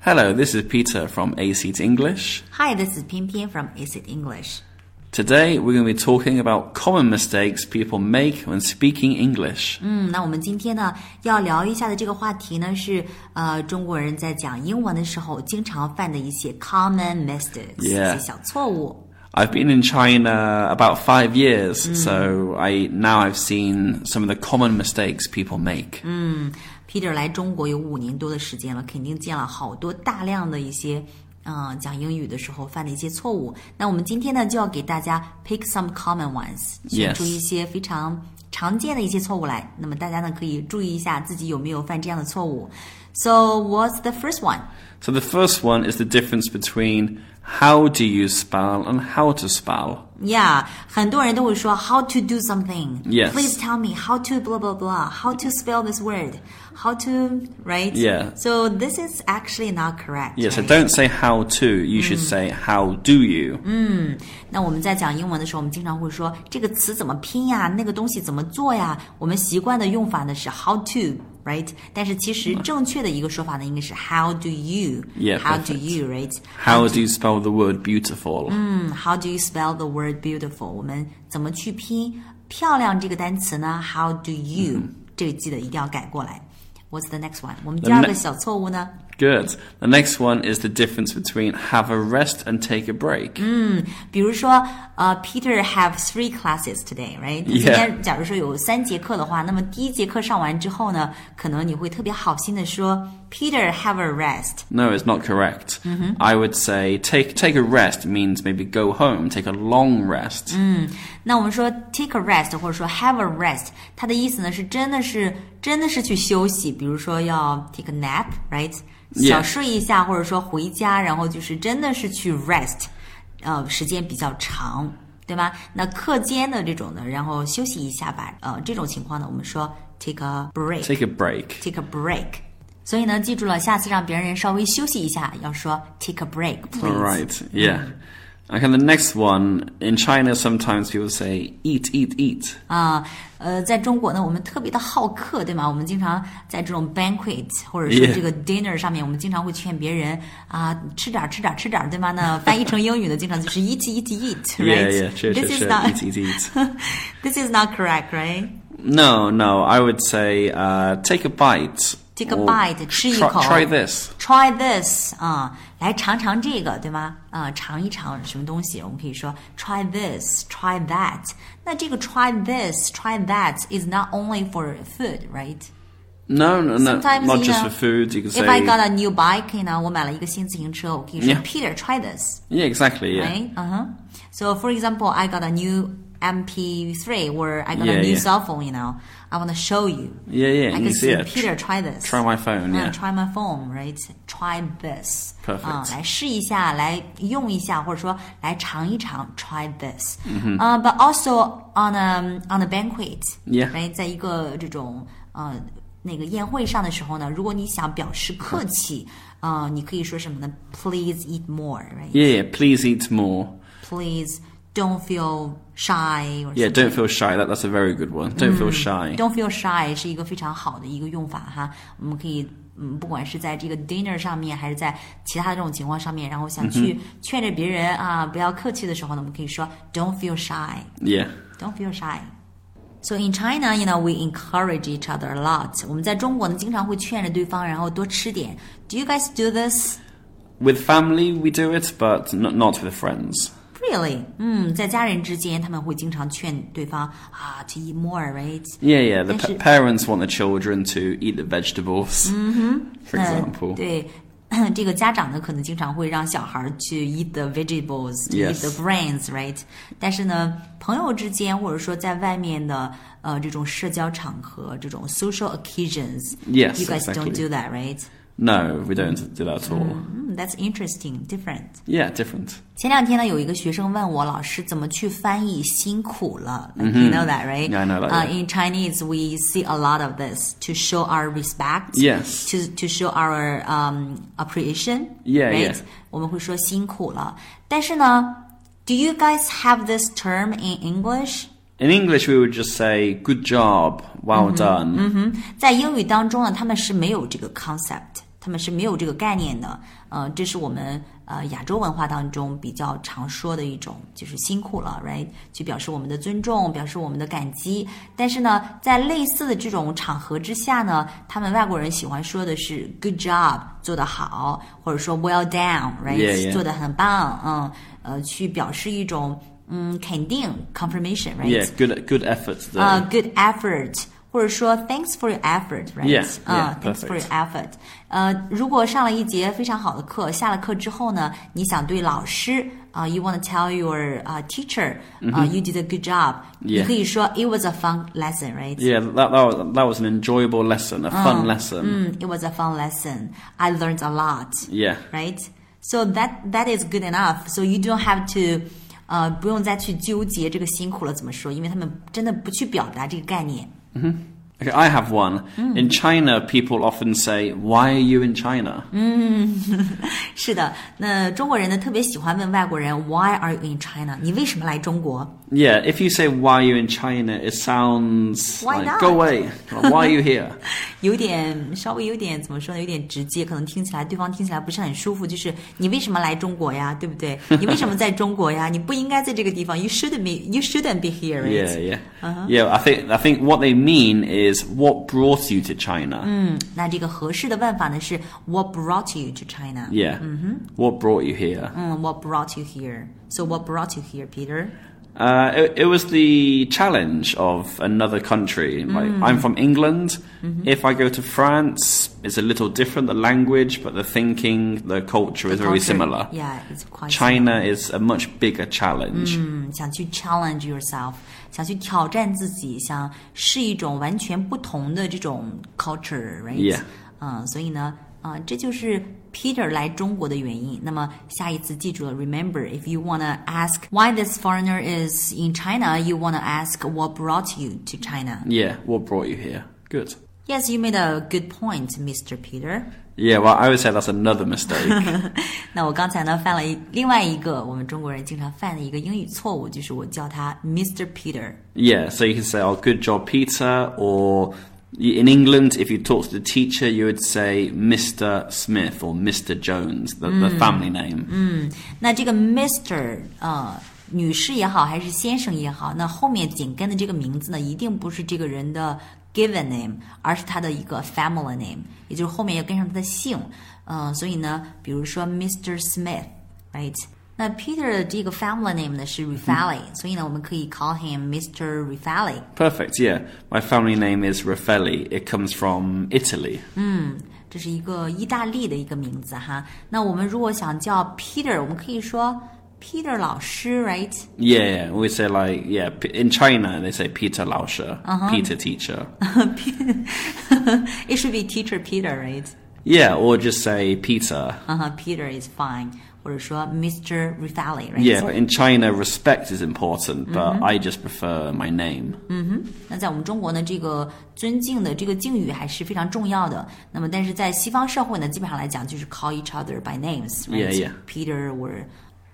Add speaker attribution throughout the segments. Speaker 1: Hello, this is Peter from ACET English.
Speaker 2: Hi, this is Pian from Acid English.
Speaker 1: Today we're going to be talking about common mistakes people make when speaking English.
Speaker 2: 嗯，那我们今天呢要聊一下的这个话题呢是呃中国人在讲英文的时候经常犯的一些 common mistakes，一
Speaker 1: Yeah
Speaker 2: 些小错误。
Speaker 1: I've been in China about five years, so I now I've seen some of the common mistakes people make.
Speaker 2: Peter 来中国有五年多的时间了，肯定见了好多大量的一些。嗯，讲英语的时候犯的一些错误。那我们今天呢，就要给大家 pick some common ones，选
Speaker 1: Yes
Speaker 2: 出一些非常常见的一些错误来。那么大家呢，可以注意一下自己有没有犯这样的错误。So what's the first one?
Speaker 1: So the first one is the difference between how do you spell and how to spell.
Speaker 2: Yeah，很多人都会说 how to do something。
Speaker 1: Yes.
Speaker 2: Please tell me how to blah blah blah, how to spell this word, how to right?
Speaker 1: Yeah.
Speaker 2: So this is actually not correct.
Speaker 1: Yeah, so
Speaker 2: right?
Speaker 1: don't say how to, you should say how do you.
Speaker 2: 那我们在讲英文的时候，我们经常会说这个词怎么拼呀，那个东西怎么做呀？我们习惯的用法呢是 how to。Right，但是其实正确的一个说法呢，应该是 How do you？
Speaker 1: Mm Yeah,
Speaker 2: How do
Speaker 1: perfect.
Speaker 2: you? Right？
Speaker 1: How do you spell the word beautiful?
Speaker 2: How do you spell the word beautiful？我们怎么去拼漂亮这个单词呢？How do you？、这个记得一定要改过来。What's the next one？我们第二
Speaker 1: ne-
Speaker 2: 个小错误呢
Speaker 1: Good. The next one is the difference between have a rest and take a break.
Speaker 2: 比如说，呃、p e t e r have three classes today，right？、今天假如说有三节课的话，那么第一节课上完之后呢，可能你会特别好心的说，Peter have a rest。
Speaker 1: No, it's not correct.
Speaker 2: Mm-hmm.
Speaker 1: I would say take take a rest means maybe go home, take a long rest.
Speaker 2: Mm. 那我们说 take a rest 或者说 have a rest，它的意思呢是真的是真的是去休息，比如说要 take a nap，right？
Speaker 1: Yeah.
Speaker 2: 小睡一下，或者说回家，然后就是真的是去 rest，呃，时间比较长，对吧？那课间的这种呢，然后休息一下吧，呃，这种情况呢，我们说 take a break，take
Speaker 1: Take a break.
Speaker 2: a break。所以呢，记住了，下次让别人稍微休息一下，要说 take a break，please。
Speaker 1: All right. Yeah. Okay, the next one. In China, sometimes people say eat, eat, eat.
Speaker 2: 啊，呃，在中国呢，我们特别的好客，对吗？我们经常在这种 banquet 或者说
Speaker 1: Yeah.
Speaker 2: 这个 dinner 上面，我们经常会劝别人啊，吃点儿，吃点儿，吃点儿，对吗？那翻译成英语呢，经常就是 eat eat
Speaker 1: Yeah, yeah,
Speaker 2: eat，right？
Speaker 1: sure, sure,
Speaker 2: This is
Speaker 1: sure.
Speaker 2: not
Speaker 1: Eat, eat, eat.
Speaker 2: this is not correct, right?
Speaker 1: No, no, I would say uh, take a bite.
Speaker 2: Take a
Speaker 1: or
Speaker 2: bite，吃一
Speaker 1: Try,
Speaker 2: 口。
Speaker 1: try this.
Speaker 2: Try this 啊、来尝尝这个，对吗？啊、尝一尝什么东西？我们可以说 try this，try that。那这个 try this，try that is not only for food，right？
Speaker 1: No, no, no.
Speaker 2: Sometimes,
Speaker 1: not
Speaker 2: you
Speaker 1: just
Speaker 2: know,
Speaker 1: for food. You can say.
Speaker 2: If I got a new bike, you know, 我买了一个新自行车，我可以说
Speaker 1: Yeah.
Speaker 2: Peter try this,
Speaker 1: yeah, exactly. Yeah.
Speaker 2: right? Uh huh. So for example, I got a new MP3 or I got
Speaker 1: Yeah,
Speaker 2: a new
Speaker 1: yeah.
Speaker 2: cell phone. You know, I want to show you.
Speaker 1: Yeah, yeah.
Speaker 2: I
Speaker 1: you see,
Speaker 2: can say
Speaker 1: yeah, tr-
Speaker 2: Peter try this.
Speaker 1: try my phone.
Speaker 2: Uh,
Speaker 1: Yeah.
Speaker 2: try my phone, right? Try this.
Speaker 1: Perfect.
Speaker 2: 啊、来试一下，来用一下，或者说来尝一尝。Try this.
Speaker 1: 嗯
Speaker 2: 呃 but also on a on a banquet.
Speaker 1: Yeah.
Speaker 2: Right，在一个这种呃那个宴会上的时候呢，如果你想表示客气， 呃，你可以说什么呢？Please eat more. Right.
Speaker 1: yeah, yeah. Please eat more.
Speaker 2: Please don't feel shy. Or
Speaker 1: Yeah, don't feel shy. That, that's a very good one. Don't feel shy.
Speaker 2: Don't feel shy 是一个非常好的一个用法哈，我们可以。嗯，不管是在这个 dinner 上面，还是在其他这种情况上面，然后想去劝着别人啊，不要客气的时候呢，我们可以说 Don't feel shy,
Speaker 1: Yeah.
Speaker 2: Don't feel shy. So in China, you know, we encourage each other a lot. 我们在中国呢，经常会劝着对方，然后多吃点。Do you guys do this?
Speaker 1: With family, we do it, but not, not with friends.
Speaker 2: Really? 嗯，在家人之间，他们会经常劝对方啊，to eat more, right?
Speaker 1: Yeah, yeah. The pa-
Speaker 2: Actually-
Speaker 1: parents want the children to eat the vegetables, for
Speaker 2: 嗯
Speaker 1: example.
Speaker 2: 对。 这个家长呢，可能经常会让小孩儿去 eat the vegetables, to
Speaker 1: Yes.
Speaker 2: eat the grains，right？但是呢，朋友之间或者说在外面的呃这种社交场合，这种 social occasions，you
Speaker 1: Yes,
Speaker 2: guys don't
Speaker 1: exactly.
Speaker 2: do that, right？
Speaker 1: No, we don't do that at all.
Speaker 2: 嗯，that's interesting, different.
Speaker 1: Yeah, different.
Speaker 2: 前两天呢，有一个学生问我老师怎么去翻译“辛苦了 ”，like,、you know that, right?
Speaker 1: Yeah, I know that,
Speaker 2: Uh,
Speaker 1: yeah.
Speaker 2: in Chinese, we see a lot of this to show our respect.
Speaker 1: Yes.
Speaker 2: To to show our um appreciation.
Speaker 1: Yeah,
Speaker 2: right?
Speaker 1: yeah.
Speaker 2: 我们会说辛苦了，但是呢，Do you guys have this term in English?
Speaker 1: In English, we would just say "good job," "well done."
Speaker 2: 在英语当中呢，他们是没有这个 concept。他们是没有这个概念的。呃，这是我们呃亚洲文化当中比较常说的一种，就是辛苦了，right？去表示我们的尊重，表示我们的感激。但是呢，在类似的这种场合之下呢，他们外国人喜欢说的是 good job，做得好，或者说 well done，right？、
Speaker 1: Yeah, yeah.
Speaker 2: 做得很棒，嗯，呃，去表示一种嗯肯定 confirmation，right？
Speaker 1: Yeah, good good efforts there.
Speaker 2: 啊 g o o d Uh, effort，或者说 thanks for your effort，right？
Speaker 1: Yeah,
Speaker 2: 啊
Speaker 1: yeah,
Speaker 2: ，thanks for your
Speaker 1: perfect.
Speaker 2: effort。呃，如果上了一节非常好的课，下了课之后呢，你想对老师啊，you want to tell your 啊 teacher 啊，you did a good job，你
Speaker 1: Mm-hmm. Yeah.
Speaker 2: 可以说 it was a fun lesson，right？
Speaker 1: yeah, that, that was, that was an enjoyable lesson, a fun lesson.
Speaker 2: 嗯，it Mm, was a fun lesson. I learned a lot.
Speaker 1: Yeah,
Speaker 2: right? So that that is good enough. So you don't have to，呃，不用再去纠结这个辛苦了怎么说，因为他们真的不去表达这个概念。
Speaker 1: okay, I have one. In China, people often say, "Why are you in China?"
Speaker 2: 是的，那中国人呢特别喜欢问外国人 Why are you in China？你为什么来中国？
Speaker 1: Yeah, if you say "Why are you in China," it sounds
Speaker 2: Why
Speaker 1: like
Speaker 2: not?
Speaker 1: "Go away." Like, Why are you here?
Speaker 2: 有点稍微有点怎么说呢？有点直接，可能听起来对方听起来不是很舒服。就是你为什么来中国呀？对不 对？你为什么在中国呀？你不应该在这个地方。You shouldn't be. You shouldn't be here. right? Uh-huh.
Speaker 1: yeah, yeah, yeah. I think I think what they mean is what brought you to China.
Speaker 2: Mm. 那这个合适的问法呢是 What brought you to China？
Speaker 1: Yeah.
Speaker 2: Mm-hmm.
Speaker 1: What brought you here?
Speaker 2: 嗯，What brought you here? So what brought you here, Peter?
Speaker 1: Uh, it, it was the challenge of another country.
Speaker 2: Mm.
Speaker 1: Like, I'm from England.
Speaker 2: Mm-hmm.
Speaker 1: If I go to France, it's a little different. The language, but the thinking, the culture is very
Speaker 2: Culture.
Speaker 1: similar.
Speaker 2: Yeah, it's quite.
Speaker 1: China is a much bigger challenge.
Speaker 2: 嗯，想去 challenge yourself，想去挑战自己，想是一种完全不同的这种 culture，right？、
Speaker 1: Yeah.
Speaker 2: 嗯，所以呢，啊、这就是 Peter 来中国的原因。那么下一次记住了，remember if you wanna ask why this foreigner is in China, you wanna ask what brought you to China.
Speaker 1: Yeah. What brought you here? Good.
Speaker 2: Yes, you made a good point, Mr. Peter.
Speaker 1: Yeah. Well, I would say that's another mistake.
Speaker 2: 那我刚才呢犯了一另外一个我们中国人经常犯的一个英语错误，就是我叫他 Mr. Peter。
Speaker 1: Yeah, so you can say, "Oh, good job, Peter," or y- in England, if you talk to the teacher, you would say Mr. Smith or Mr. Jones, the, the family name.
Speaker 2: 那这个 Mr. 呃，女士也好，还是先生也好，那后面紧跟的这个名字呢，一定不是这个人的 given name，而是他的一个 family name，也就是后面要跟上他的姓。呃，所以呢，比如说 Mr. Smith，right？那 Peter 的这个 family name 呢是 Rifali，、所以呢，我们可以 call him Mr. Rifali。
Speaker 1: Perfect. Yeah, my family name is Raffelli. It comes from Italy.
Speaker 2: 这是一个意大利的一个名字哈。那我们如果想叫 Peter，我们可以说 Peter 老师，right？
Speaker 1: Yeah, yeah, we say like yeah. P- In China, they say Peter Lauscher, Peter teacher.
Speaker 2: It should be teacher Peter，right？
Speaker 1: yeah, or just say Peter.
Speaker 2: 啊哈，Peter is fine，或者说 Mr. Rifali，right？
Speaker 1: Yeah, but in China, respect is important, but I just prefer my name.
Speaker 2: 那在我们中国呢，这个尊敬的这个敬语还是非常重要的。那么，但是在西方社会呢，基本上来讲就是 call each other by names，right？、
Speaker 1: Yeah, yeah.
Speaker 2: Peter or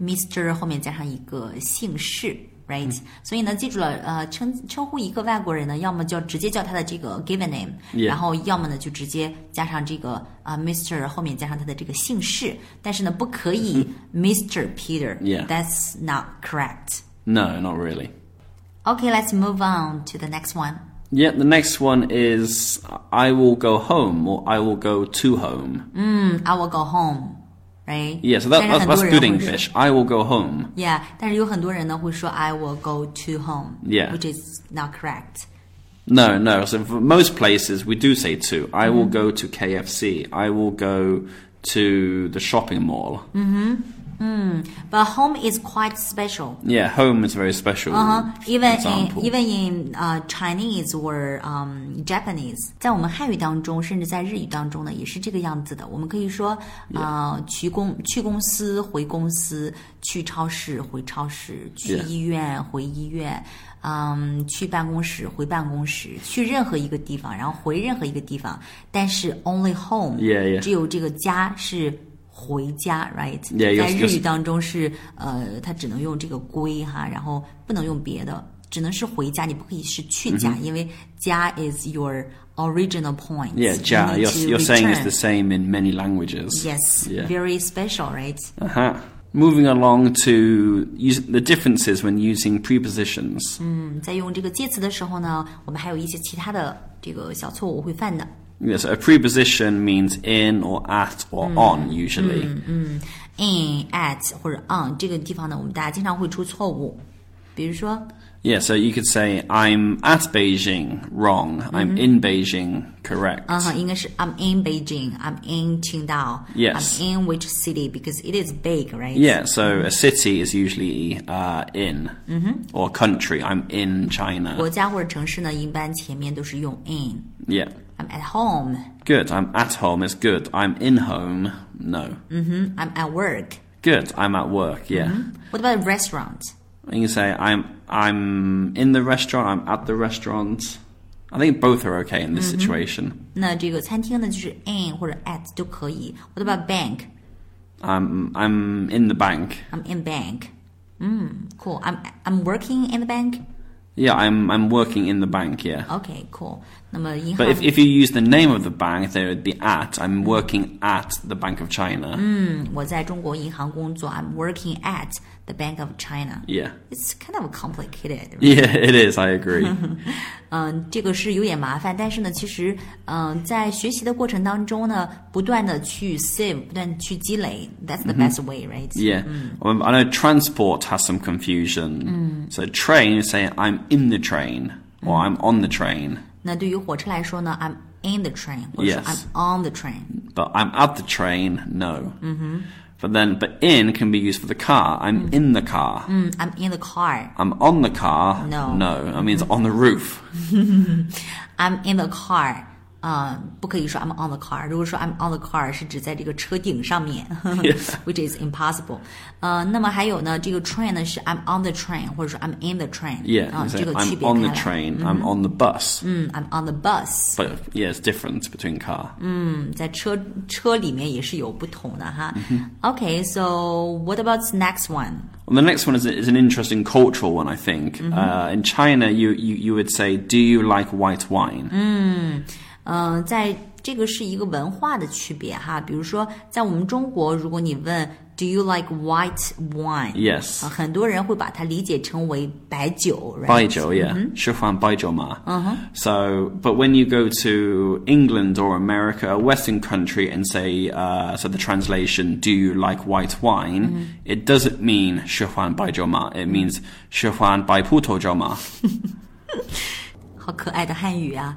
Speaker 2: Mr. 后面加上一个姓氏，right？、所
Speaker 1: 嗯
Speaker 2: 以呢，记住了，呃，称称呼一个外国人呢，要么就直接叫他的这个 given name，、
Speaker 1: Yeah.
Speaker 2: 然后要么呢就直接加上这个啊、Mr. 后面加上他的这个姓氏，但是呢不可以 Mr. Peter，that's、
Speaker 1: 嗯 Yeah.
Speaker 2: not correct。
Speaker 1: No, not really.
Speaker 2: Okay, let's move on to the next one.
Speaker 1: Yeah, the next one is I will go home or I will go to home.
Speaker 2: I will go home, right?
Speaker 1: Yeah, so that,
Speaker 2: 但是
Speaker 1: that's,
Speaker 2: 很多
Speaker 1: that's
Speaker 2: 人
Speaker 1: good
Speaker 2: 会
Speaker 1: English. I will go home.
Speaker 2: 说 Yeah，但是有很多人呢会说 I will go to home.
Speaker 1: Yeah.
Speaker 2: which is not correct.
Speaker 1: No, no. So for most places, we do say to. I will go to KFC. I will go to the shopping mall.
Speaker 2: But home is quite special.
Speaker 1: Yeah, home is very special.
Speaker 2: Uh-huh. Even in
Speaker 1: example.
Speaker 2: even in uh, Chinese or um, Japanese，在我们汉语当中，甚至在日语当中呢，也是这个样子的。我们可以说，呃，去公去公司回公司，去超市回超市，去
Speaker 1: Yeah.
Speaker 2: 医院回医院，嗯，去办公室回办公室，去任何一个地方，然后回任何一个地方。但是 only home，
Speaker 1: Yeah, yeah.
Speaker 2: 只有这个家是。回家，right？
Speaker 1: Yeah, you're-
Speaker 2: 在日
Speaker 1: you're-
Speaker 2: 语当中是呃，它只能用这个归哈，然后不能用别的。只能是回家，你不可以是去
Speaker 1: 嗯
Speaker 2: 家，因为家 is your original point.
Speaker 1: Yeah, ja.
Speaker 2: You
Speaker 1: You're,
Speaker 2: need to
Speaker 1: you're saying it's
Speaker 2: return.
Speaker 1: the same in many languages.
Speaker 2: Yes,
Speaker 1: Yeah.
Speaker 2: very special, right?
Speaker 1: Uh-huh. Moving along to use, the differences when using prepositions.
Speaker 2: 嗯，在用这个介词的时候呢，我们还有一些其他的这个小错误会犯的。
Speaker 1: Yes, a preposition means in or at or on usually.
Speaker 2: in at 或者 on 这个地方呢，我们大家经常会出错误。比如说，
Speaker 1: Yeah, so you could say I'm at Beijing, wrong. I'm in Beijing, correct.
Speaker 2: 嗯、哼，应该是 I'm in Beijing, I'm in Qingdao,
Speaker 1: Yes.
Speaker 2: I'm in which city because it is big, right?
Speaker 1: Yeah, so a city is usually uh, in or country. I'm in China.
Speaker 2: 国家或者城市呢，一般前面都是用 in。
Speaker 1: Yeah.
Speaker 2: I'm at home,
Speaker 1: Good. I'm at home is good. I'm in home. No.
Speaker 2: I'm at work.
Speaker 1: Good. I'm at work. Yeah.
Speaker 2: What about restaurant?
Speaker 1: You can say I'm I'm in the restaurant. I'm at the restaurant. I think both are okay in this situation.
Speaker 2: 那这个餐厅呢，就是 in 或者 at 都可以。What about bank?
Speaker 1: I'm I'm in the bank.
Speaker 2: I'm in bank. 嗯，cool. I'm I'm working in the bank.
Speaker 1: Yeah, I'm I'm working in the bank. Yeah.
Speaker 2: Okay, cool. 那么银行
Speaker 1: But if, if you use the name of the bank, there would be at. I'm working at the Bank of China.
Speaker 2: 我在中国银行工作，I'm working at the Bank of China.
Speaker 1: Yeah.
Speaker 2: It's kind of complicated.
Speaker 1: Yeah, it is. I agree.
Speaker 2: 嗯，这个是有点麻烦，但是呢，其实嗯，在学习的过程当中呢，不断的去 save，不断地去积累，that's the best way, right?
Speaker 1: Yeah. Um, I know transport has some confusion. So train, you say I'm in the train or I'm on the train.
Speaker 2: 那对于火车来说呢，I'm in the train，或者说
Speaker 1: Yes.
Speaker 2: I'm on the train。
Speaker 1: But I'm at the train, no. But then, but in can be used for the car. I'm in the car.
Speaker 2: 嗯，I'm in the car.
Speaker 1: I'm on the car.
Speaker 2: Mm. No.
Speaker 1: No. I mean, it's on the roof.
Speaker 2: I'm in the car. 啊、不可以说 I'm on the car。如果说 I'm on the car，是指在这个车顶上面 ，which is impossible。呃，那么还有呢，这个 train 呢是 I'm on the train，或者说 I'm in the train。
Speaker 1: Yeah.
Speaker 2: 啊、
Speaker 1: you say,
Speaker 2: 这个区
Speaker 1: I'm
Speaker 2: 别
Speaker 1: on the
Speaker 2: 开来。
Speaker 1: train. I'm on the bus.
Speaker 2: 嗯，I'm on the bus。
Speaker 1: But yeah, it's different between car.
Speaker 2: 嗯，在车车里面也是有不同的哈。Okay，so what about the next one？
Speaker 1: Well, the next one is, is an interesting cultural one, I think. Uh, in China, you, you, you would say, Do you like white wine?
Speaker 2: 嗯、在这个是一个文化的区别哈。比如说，在我们中国，如果你问 Do you like white wine？
Speaker 1: Yes.
Speaker 2: 啊，很多人会把它理解成为白酒 r i
Speaker 1: Baijiu, yeah. Shihuan Baijiu Ma. So, but when you go to England or America, a Western country, and say, uh, so the translation, do you like white wine? It doesn't mean Shihuan Baijiu Ma. It means Shihuan Bai Puto Jiu Ma.
Speaker 2: 好可爱的汉语啊！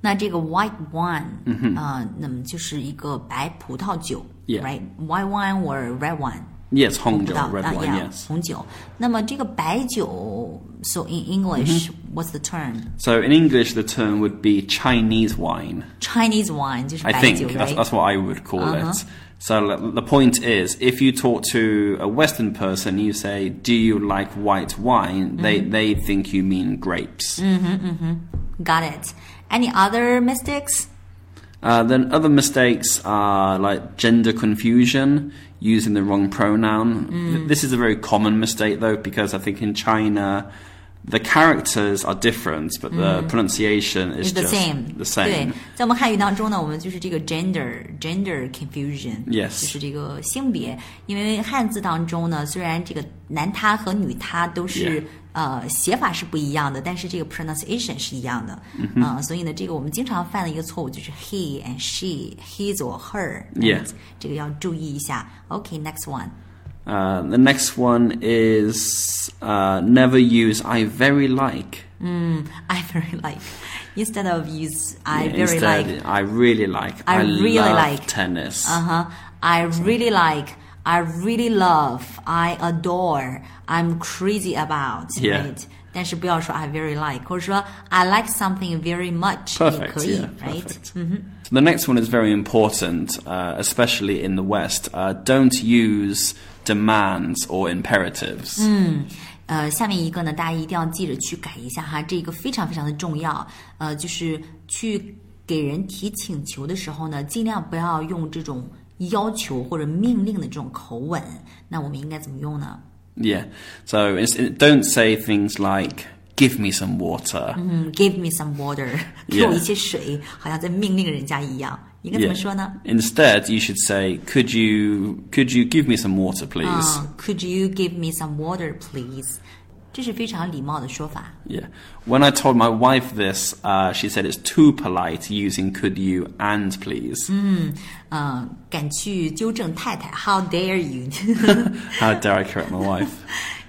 Speaker 2: 那这个 white wine，嗯啊，那么就是一个白葡萄酒
Speaker 1: Yeah
Speaker 2: ，right？White wine or red wine？
Speaker 1: Yes, Hong
Speaker 2: 不到
Speaker 1: Jiu, red
Speaker 2: 啊
Speaker 1: wine,
Speaker 2: 呀
Speaker 1: yes.
Speaker 2: 红酒。那么这个白酒，so in English，what's the term？Chinese
Speaker 1: So in English, the term would be Chinese wine.
Speaker 2: wine 就是
Speaker 1: I
Speaker 2: 白酒
Speaker 1: think that's,
Speaker 2: ，right？Uh-huh.
Speaker 1: that's what I would call it. So l- the point is, if you talk to a Western person, you say, "Do you like white wine?"
Speaker 2: Mm-hmm.
Speaker 1: They they think you mean grapes.
Speaker 2: Mm. Got it. Any other mistakes?
Speaker 1: Uh, then other mistakes are like gender confusion, using the wrong pronoun.
Speaker 2: Mm.
Speaker 1: Th- This is a very common mistake though, because I think in China. The characters are different, but the pronunciation is
Speaker 2: It's Mm. the
Speaker 1: just
Speaker 2: same.
Speaker 1: the
Speaker 2: 对
Speaker 1: same.，
Speaker 2: 在我们汉语当中呢，我们就是这个 gender gender confusion，
Speaker 1: Yes
Speaker 2: 就是这个性别。因为汉字当中呢，虽然这个男他和女他都是
Speaker 1: Yeah
Speaker 2: 呃写法是不一样的，但是这个 pronunciation 是一样的。嗯、所以呢，这个我们经常犯的一个错误就是 he and she, his or her。
Speaker 1: Yeah
Speaker 2: 这个要注意一下。OK，next、one。
Speaker 1: Uh, the next one is uh, never use I very like.
Speaker 2: I very like instead of use I
Speaker 1: Yeah,
Speaker 2: very
Speaker 1: instead,
Speaker 2: like。
Speaker 1: I really like.
Speaker 2: I really
Speaker 1: love
Speaker 2: like.
Speaker 1: tennis.
Speaker 2: Uh-huh. I really like, I really love, I adore, I'm crazy about.
Speaker 1: Yeah.
Speaker 2: Right? 但是不要说 I very like，或者说 I like something very much
Speaker 1: Perfect,
Speaker 2: 也可以
Speaker 1: yeah,
Speaker 2: ，right？嗯
Speaker 1: perfect. So the next one is very important, uh, especially in the West. Uh, don't use demands or imperatives.
Speaker 2: Mm. 呃，下面一个呢，大家一定要记着去改一下哈，这个非常非常的重要。呃，就是去给人提请求的时候呢，尽量不要用这种要求或者命令的这种口吻。那我们应该怎么用呢？
Speaker 1: Yeah. So it's, it, don't say things like give me some water.
Speaker 2: 嗯，give me some water，给
Speaker 1: Yeah.
Speaker 2: 我一些水，好像在命令人家一样。应该怎么说呢？
Speaker 1: Instead, you should say, "Could you could you give me some water, please?"
Speaker 2: 啊，Could you give me some water, please？这是非常礼貌的说法。
Speaker 1: Yeah. When I told my wife this, uh, she said it's too polite using "could you" and "please."
Speaker 2: Mm. 嗯，敢去纠正太太，How dare you？
Speaker 1: How dare I correct my wife?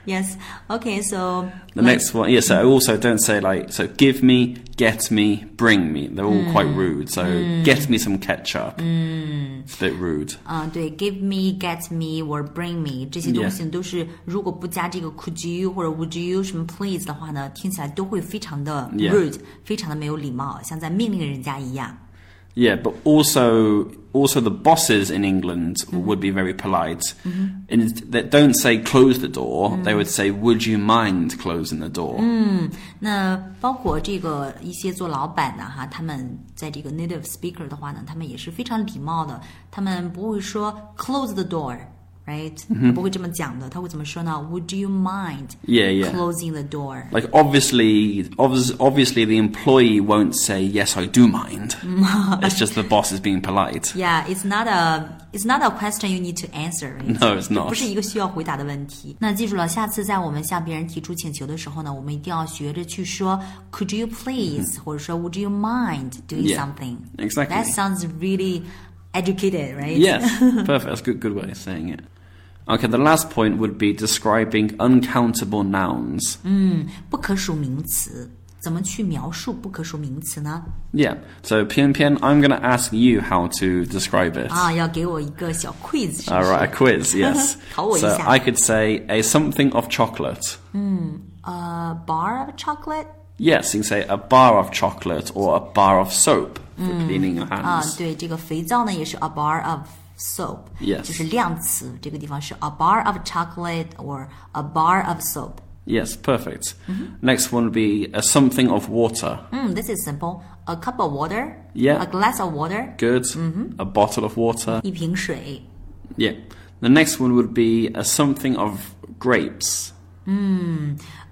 Speaker 2: Yes. Okay. So
Speaker 1: The next one, yeah. So also don't say like so. Give me, get me, bring me. They're all quite rude. So get me some ketchup. It's a bit rude.
Speaker 2: 啊、对，give me, get me or bring me 这些东西都是如果不加这个 could you 或者 would you 什么 please 的话呢，听起来都会非常的
Speaker 1: Yeah.
Speaker 2: rude，、非常的没有礼貌，像在命令人家一样。
Speaker 1: Yeah, but also also the bosses in England would be very polite. And they don't say close the door. They would say, "Would you mind closing the door?"
Speaker 2: 那包括这个一些做老板的哈，他们在这个 native speaker 的话呢，他们也是非常礼貌的，他们不会说 close the door。Right，、不
Speaker 1: 嗯
Speaker 2: 会这么讲的，他会怎么说呢？Would you mind
Speaker 1: Yeah, yeah.
Speaker 2: closing the door？
Speaker 1: Like obviously, obvi- obviously, the employee won't say yes. I do mind. it's just the boss is being polite.
Speaker 2: Yeah, it's not a it's not a question you need to answer.
Speaker 1: No, it's not.
Speaker 2: 不是一个需要回答的问题。那记住了，下次在我们向别人提出请求的时候呢，我们一定要学着去说 Could you please，、或者说 Would you mind
Speaker 1: 嗯 Yeah,
Speaker 2: doing something?
Speaker 1: exactly.
Speaker 2: That sounds really educated, right?
Speaker 1: Yes, perfect. That's a good, good way of saying it. Okay, the last point would be describing uncountable nouns.
Speaker 2: 不可数名词怎么去描述不可数名词呢？
Speaker 1: Yeah. So, Pian Pian, I'm going to ask you how to describe it.
Speaker 2: 啊，要给我一个小 quiz 是
Speaker 1: All
Speaker 2: 不是
Speaker 1: right, a quiz, yes.
Speaker 2: 考我一
Speaker 1: so
Speaker 2: 下。
Speaker 1: I could say a something of chocolate.
Speaker 2: 呃、b a r of chocolate。
Speaker 1: Yes, you can say a bar of chocolate or a bar of soap for cleaning your
Speaker 2: 啊
Speaker 1: hands.，
Speaker 2: 对，这个肥皂呢也是 a bar of soap，、
Speaker 1: Yes
Speaker 2: 就是量词，这个地方是 a bar of chocolate or a bar of soap。
Speaker 1: Yes, perfect. Next one would be a something of water.
Speaker 2: 嗯，this is simple，a cup of water，a
Speaker 1: Yeah,
Speaker 2: glass of water，
Speaker 1: good. A bottle of water.
Speaker 2: 一瓶水。
Speaker 1: Yeah. The next one would be a something of grapes.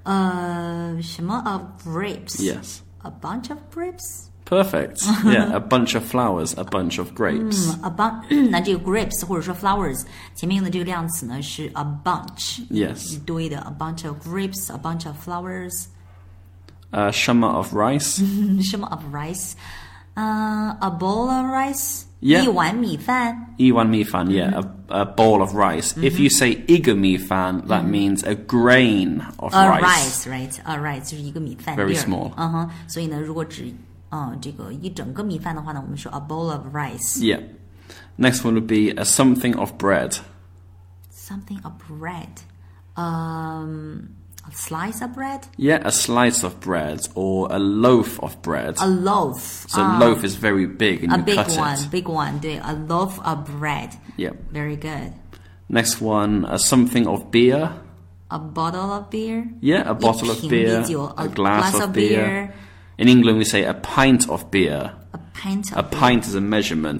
Speaker 2: 呃，什么 of grapes？A
Speaker 1: Yes.
Speaker 2: bunch of grapes？
Speaker 1: Perfect. Yeah, a bunch of flowers, a bunch of grapes.
Speaker 2: 嗯，a bunch，那 这个 grapes 或者说 flowers 前面用的这个量词呢是 a bunch，一
Speaker 1: Yes.
Speaker 2: 堆的 a bunch of grapes，a bunch of flowers。
Speaker 1: A shama of rice.
Speaker 2: 什么 of rice，嗯、a bowl of rice，、
Speaker 1: Yeah.
Speaker 2: 一碗米饭
Speaker 1: Iwan mifan, yeah, a, a bowl of rice. If you say iga mifan, that means a grain Mm-hmm. of
Speaker 2: ，a
Speaker 1: rice.
Speaker 2: rice，right，a rice 就是一个米饭
Speaker 1: Very
Speaker 2: 粒儿
Speaker 1: small
Speaker 2: 嗯哼，所以呢，如果只嗯这个一整个米饭的话呢，我们说 a bowl of rice，something
Speaker 1: Yeah. Next one would be a something of bread.
Speaker 2: of bread，嗯、a slice of bread，a
Speaker 1: Yeah, a slice of bread or a loaf of bread.
Speaker 2: loaf，
Speaker 1: so loaf is very Ah. big and
Speaker 2: a
Speaker 1: you
Speaker 2: big
Speaker 1: cut it.
Speaker 2: one，big one，对，a loaf of bread，very
Speaker 1: Yeah.
Speaker 2: good。
Speaker 1: Next one, a something of beer.
Speaker 2: A bottle of beer，
Speaker 1: Yeah, a bottle of
Speaker 2: 一瓶啤
Speaker 1: beer,
Speaker 2: 酒
Speaker 1: a
Speaker 2: ，a
Speaker 1: glass
Speaker 2: glass
Speaker 1: of
Speaker 2: of
Speaker 1: beer.
Speaker 2: beer，a
Speaker 1: In England, we say a pint of beer.
Speaker 2: pint
Speaker 1: A
Speaker 2: of beer
Speaker 1: pint is a measurement,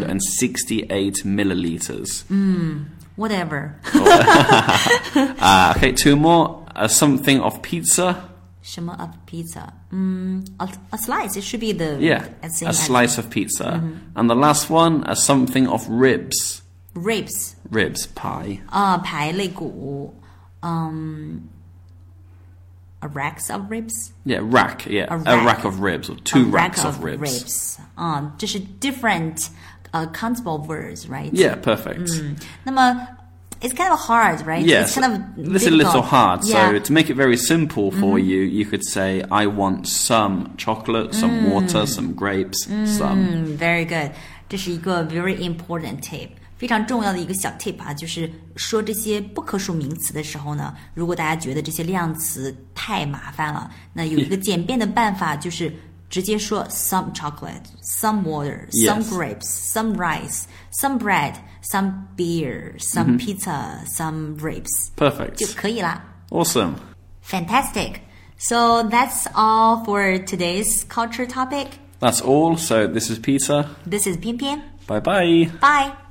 Speaker 1: 568 milliliters.
Speaker 2: Mm. whatever。
Speaker 1: Ah, okay, two more. A something of pizza.
Speaker 2: 什么 of pizza？嗯，a a slice it should be the
Speaker 1: Yeah,
Speaker 2: as same
Speaker 1: a
Speaker 2: as
Speaker 1: slice of pizza.
Speaker 2: Mm-hmm.
Speaker 1: And the last one, a something of ribs.
Speaker 2: ribs Ah,
Speaker 1: Ribs, pie.
Speaker 2: 啊、排肋骨，嗯、a racks of ribs
Speaker 1: Yeah, rack, yeah.
Speaker 2: A
Speaker 1: A rack,
Speaker 2: rack.
Speaker 1: of ribs, or two
Speaker 2: a rack
Speaker 1: racks
Speaker 2: of,
Speaker 1: of ribs.
Speaker 2: ribs 啊、这是 different uh, countable words right
Speaker 1: Yeah, perfect.
Speaker 2: 那么 it's kind of hard right
Speaker 1: Yes,
Speaker 2: Mm. it's kind of
Speaker 1: this is a little
Speaker 2: difficult.
Speaker 1: hard.
Speaker 2: Yeah. Mm-hmm.
Speaker 1: So to make it very simple for you, you could say, "I want some chocolate, some water,
Speaker 2: Mm.
Speaker 1: some grapes, some."
Speaker 2: 嗯，very good，这是一个 very important tip，非常重要的一个小 tip 啊，就是说这些不可数名词的时候呢，如果大家觉得这些量词太麻烦了，那有一个简便的办法就是。直接说 some chocolate, some water, some
Speaker 1: Yes.
Speaker 2: grapes, some rice, some bread, some beer, some pizza, some grapes 就
Speaker 1: Perfect.
Speaker 2: 可以啦。
Speaker 1: Awesome.
Speaker 2: Fantastic. So that's all for today's culture topic.
Speaker 1: That's all. So this is Peter.
Speaker 2: This is 偏偏
Speaker 1: Bye bye.
Speaker 2: Bye.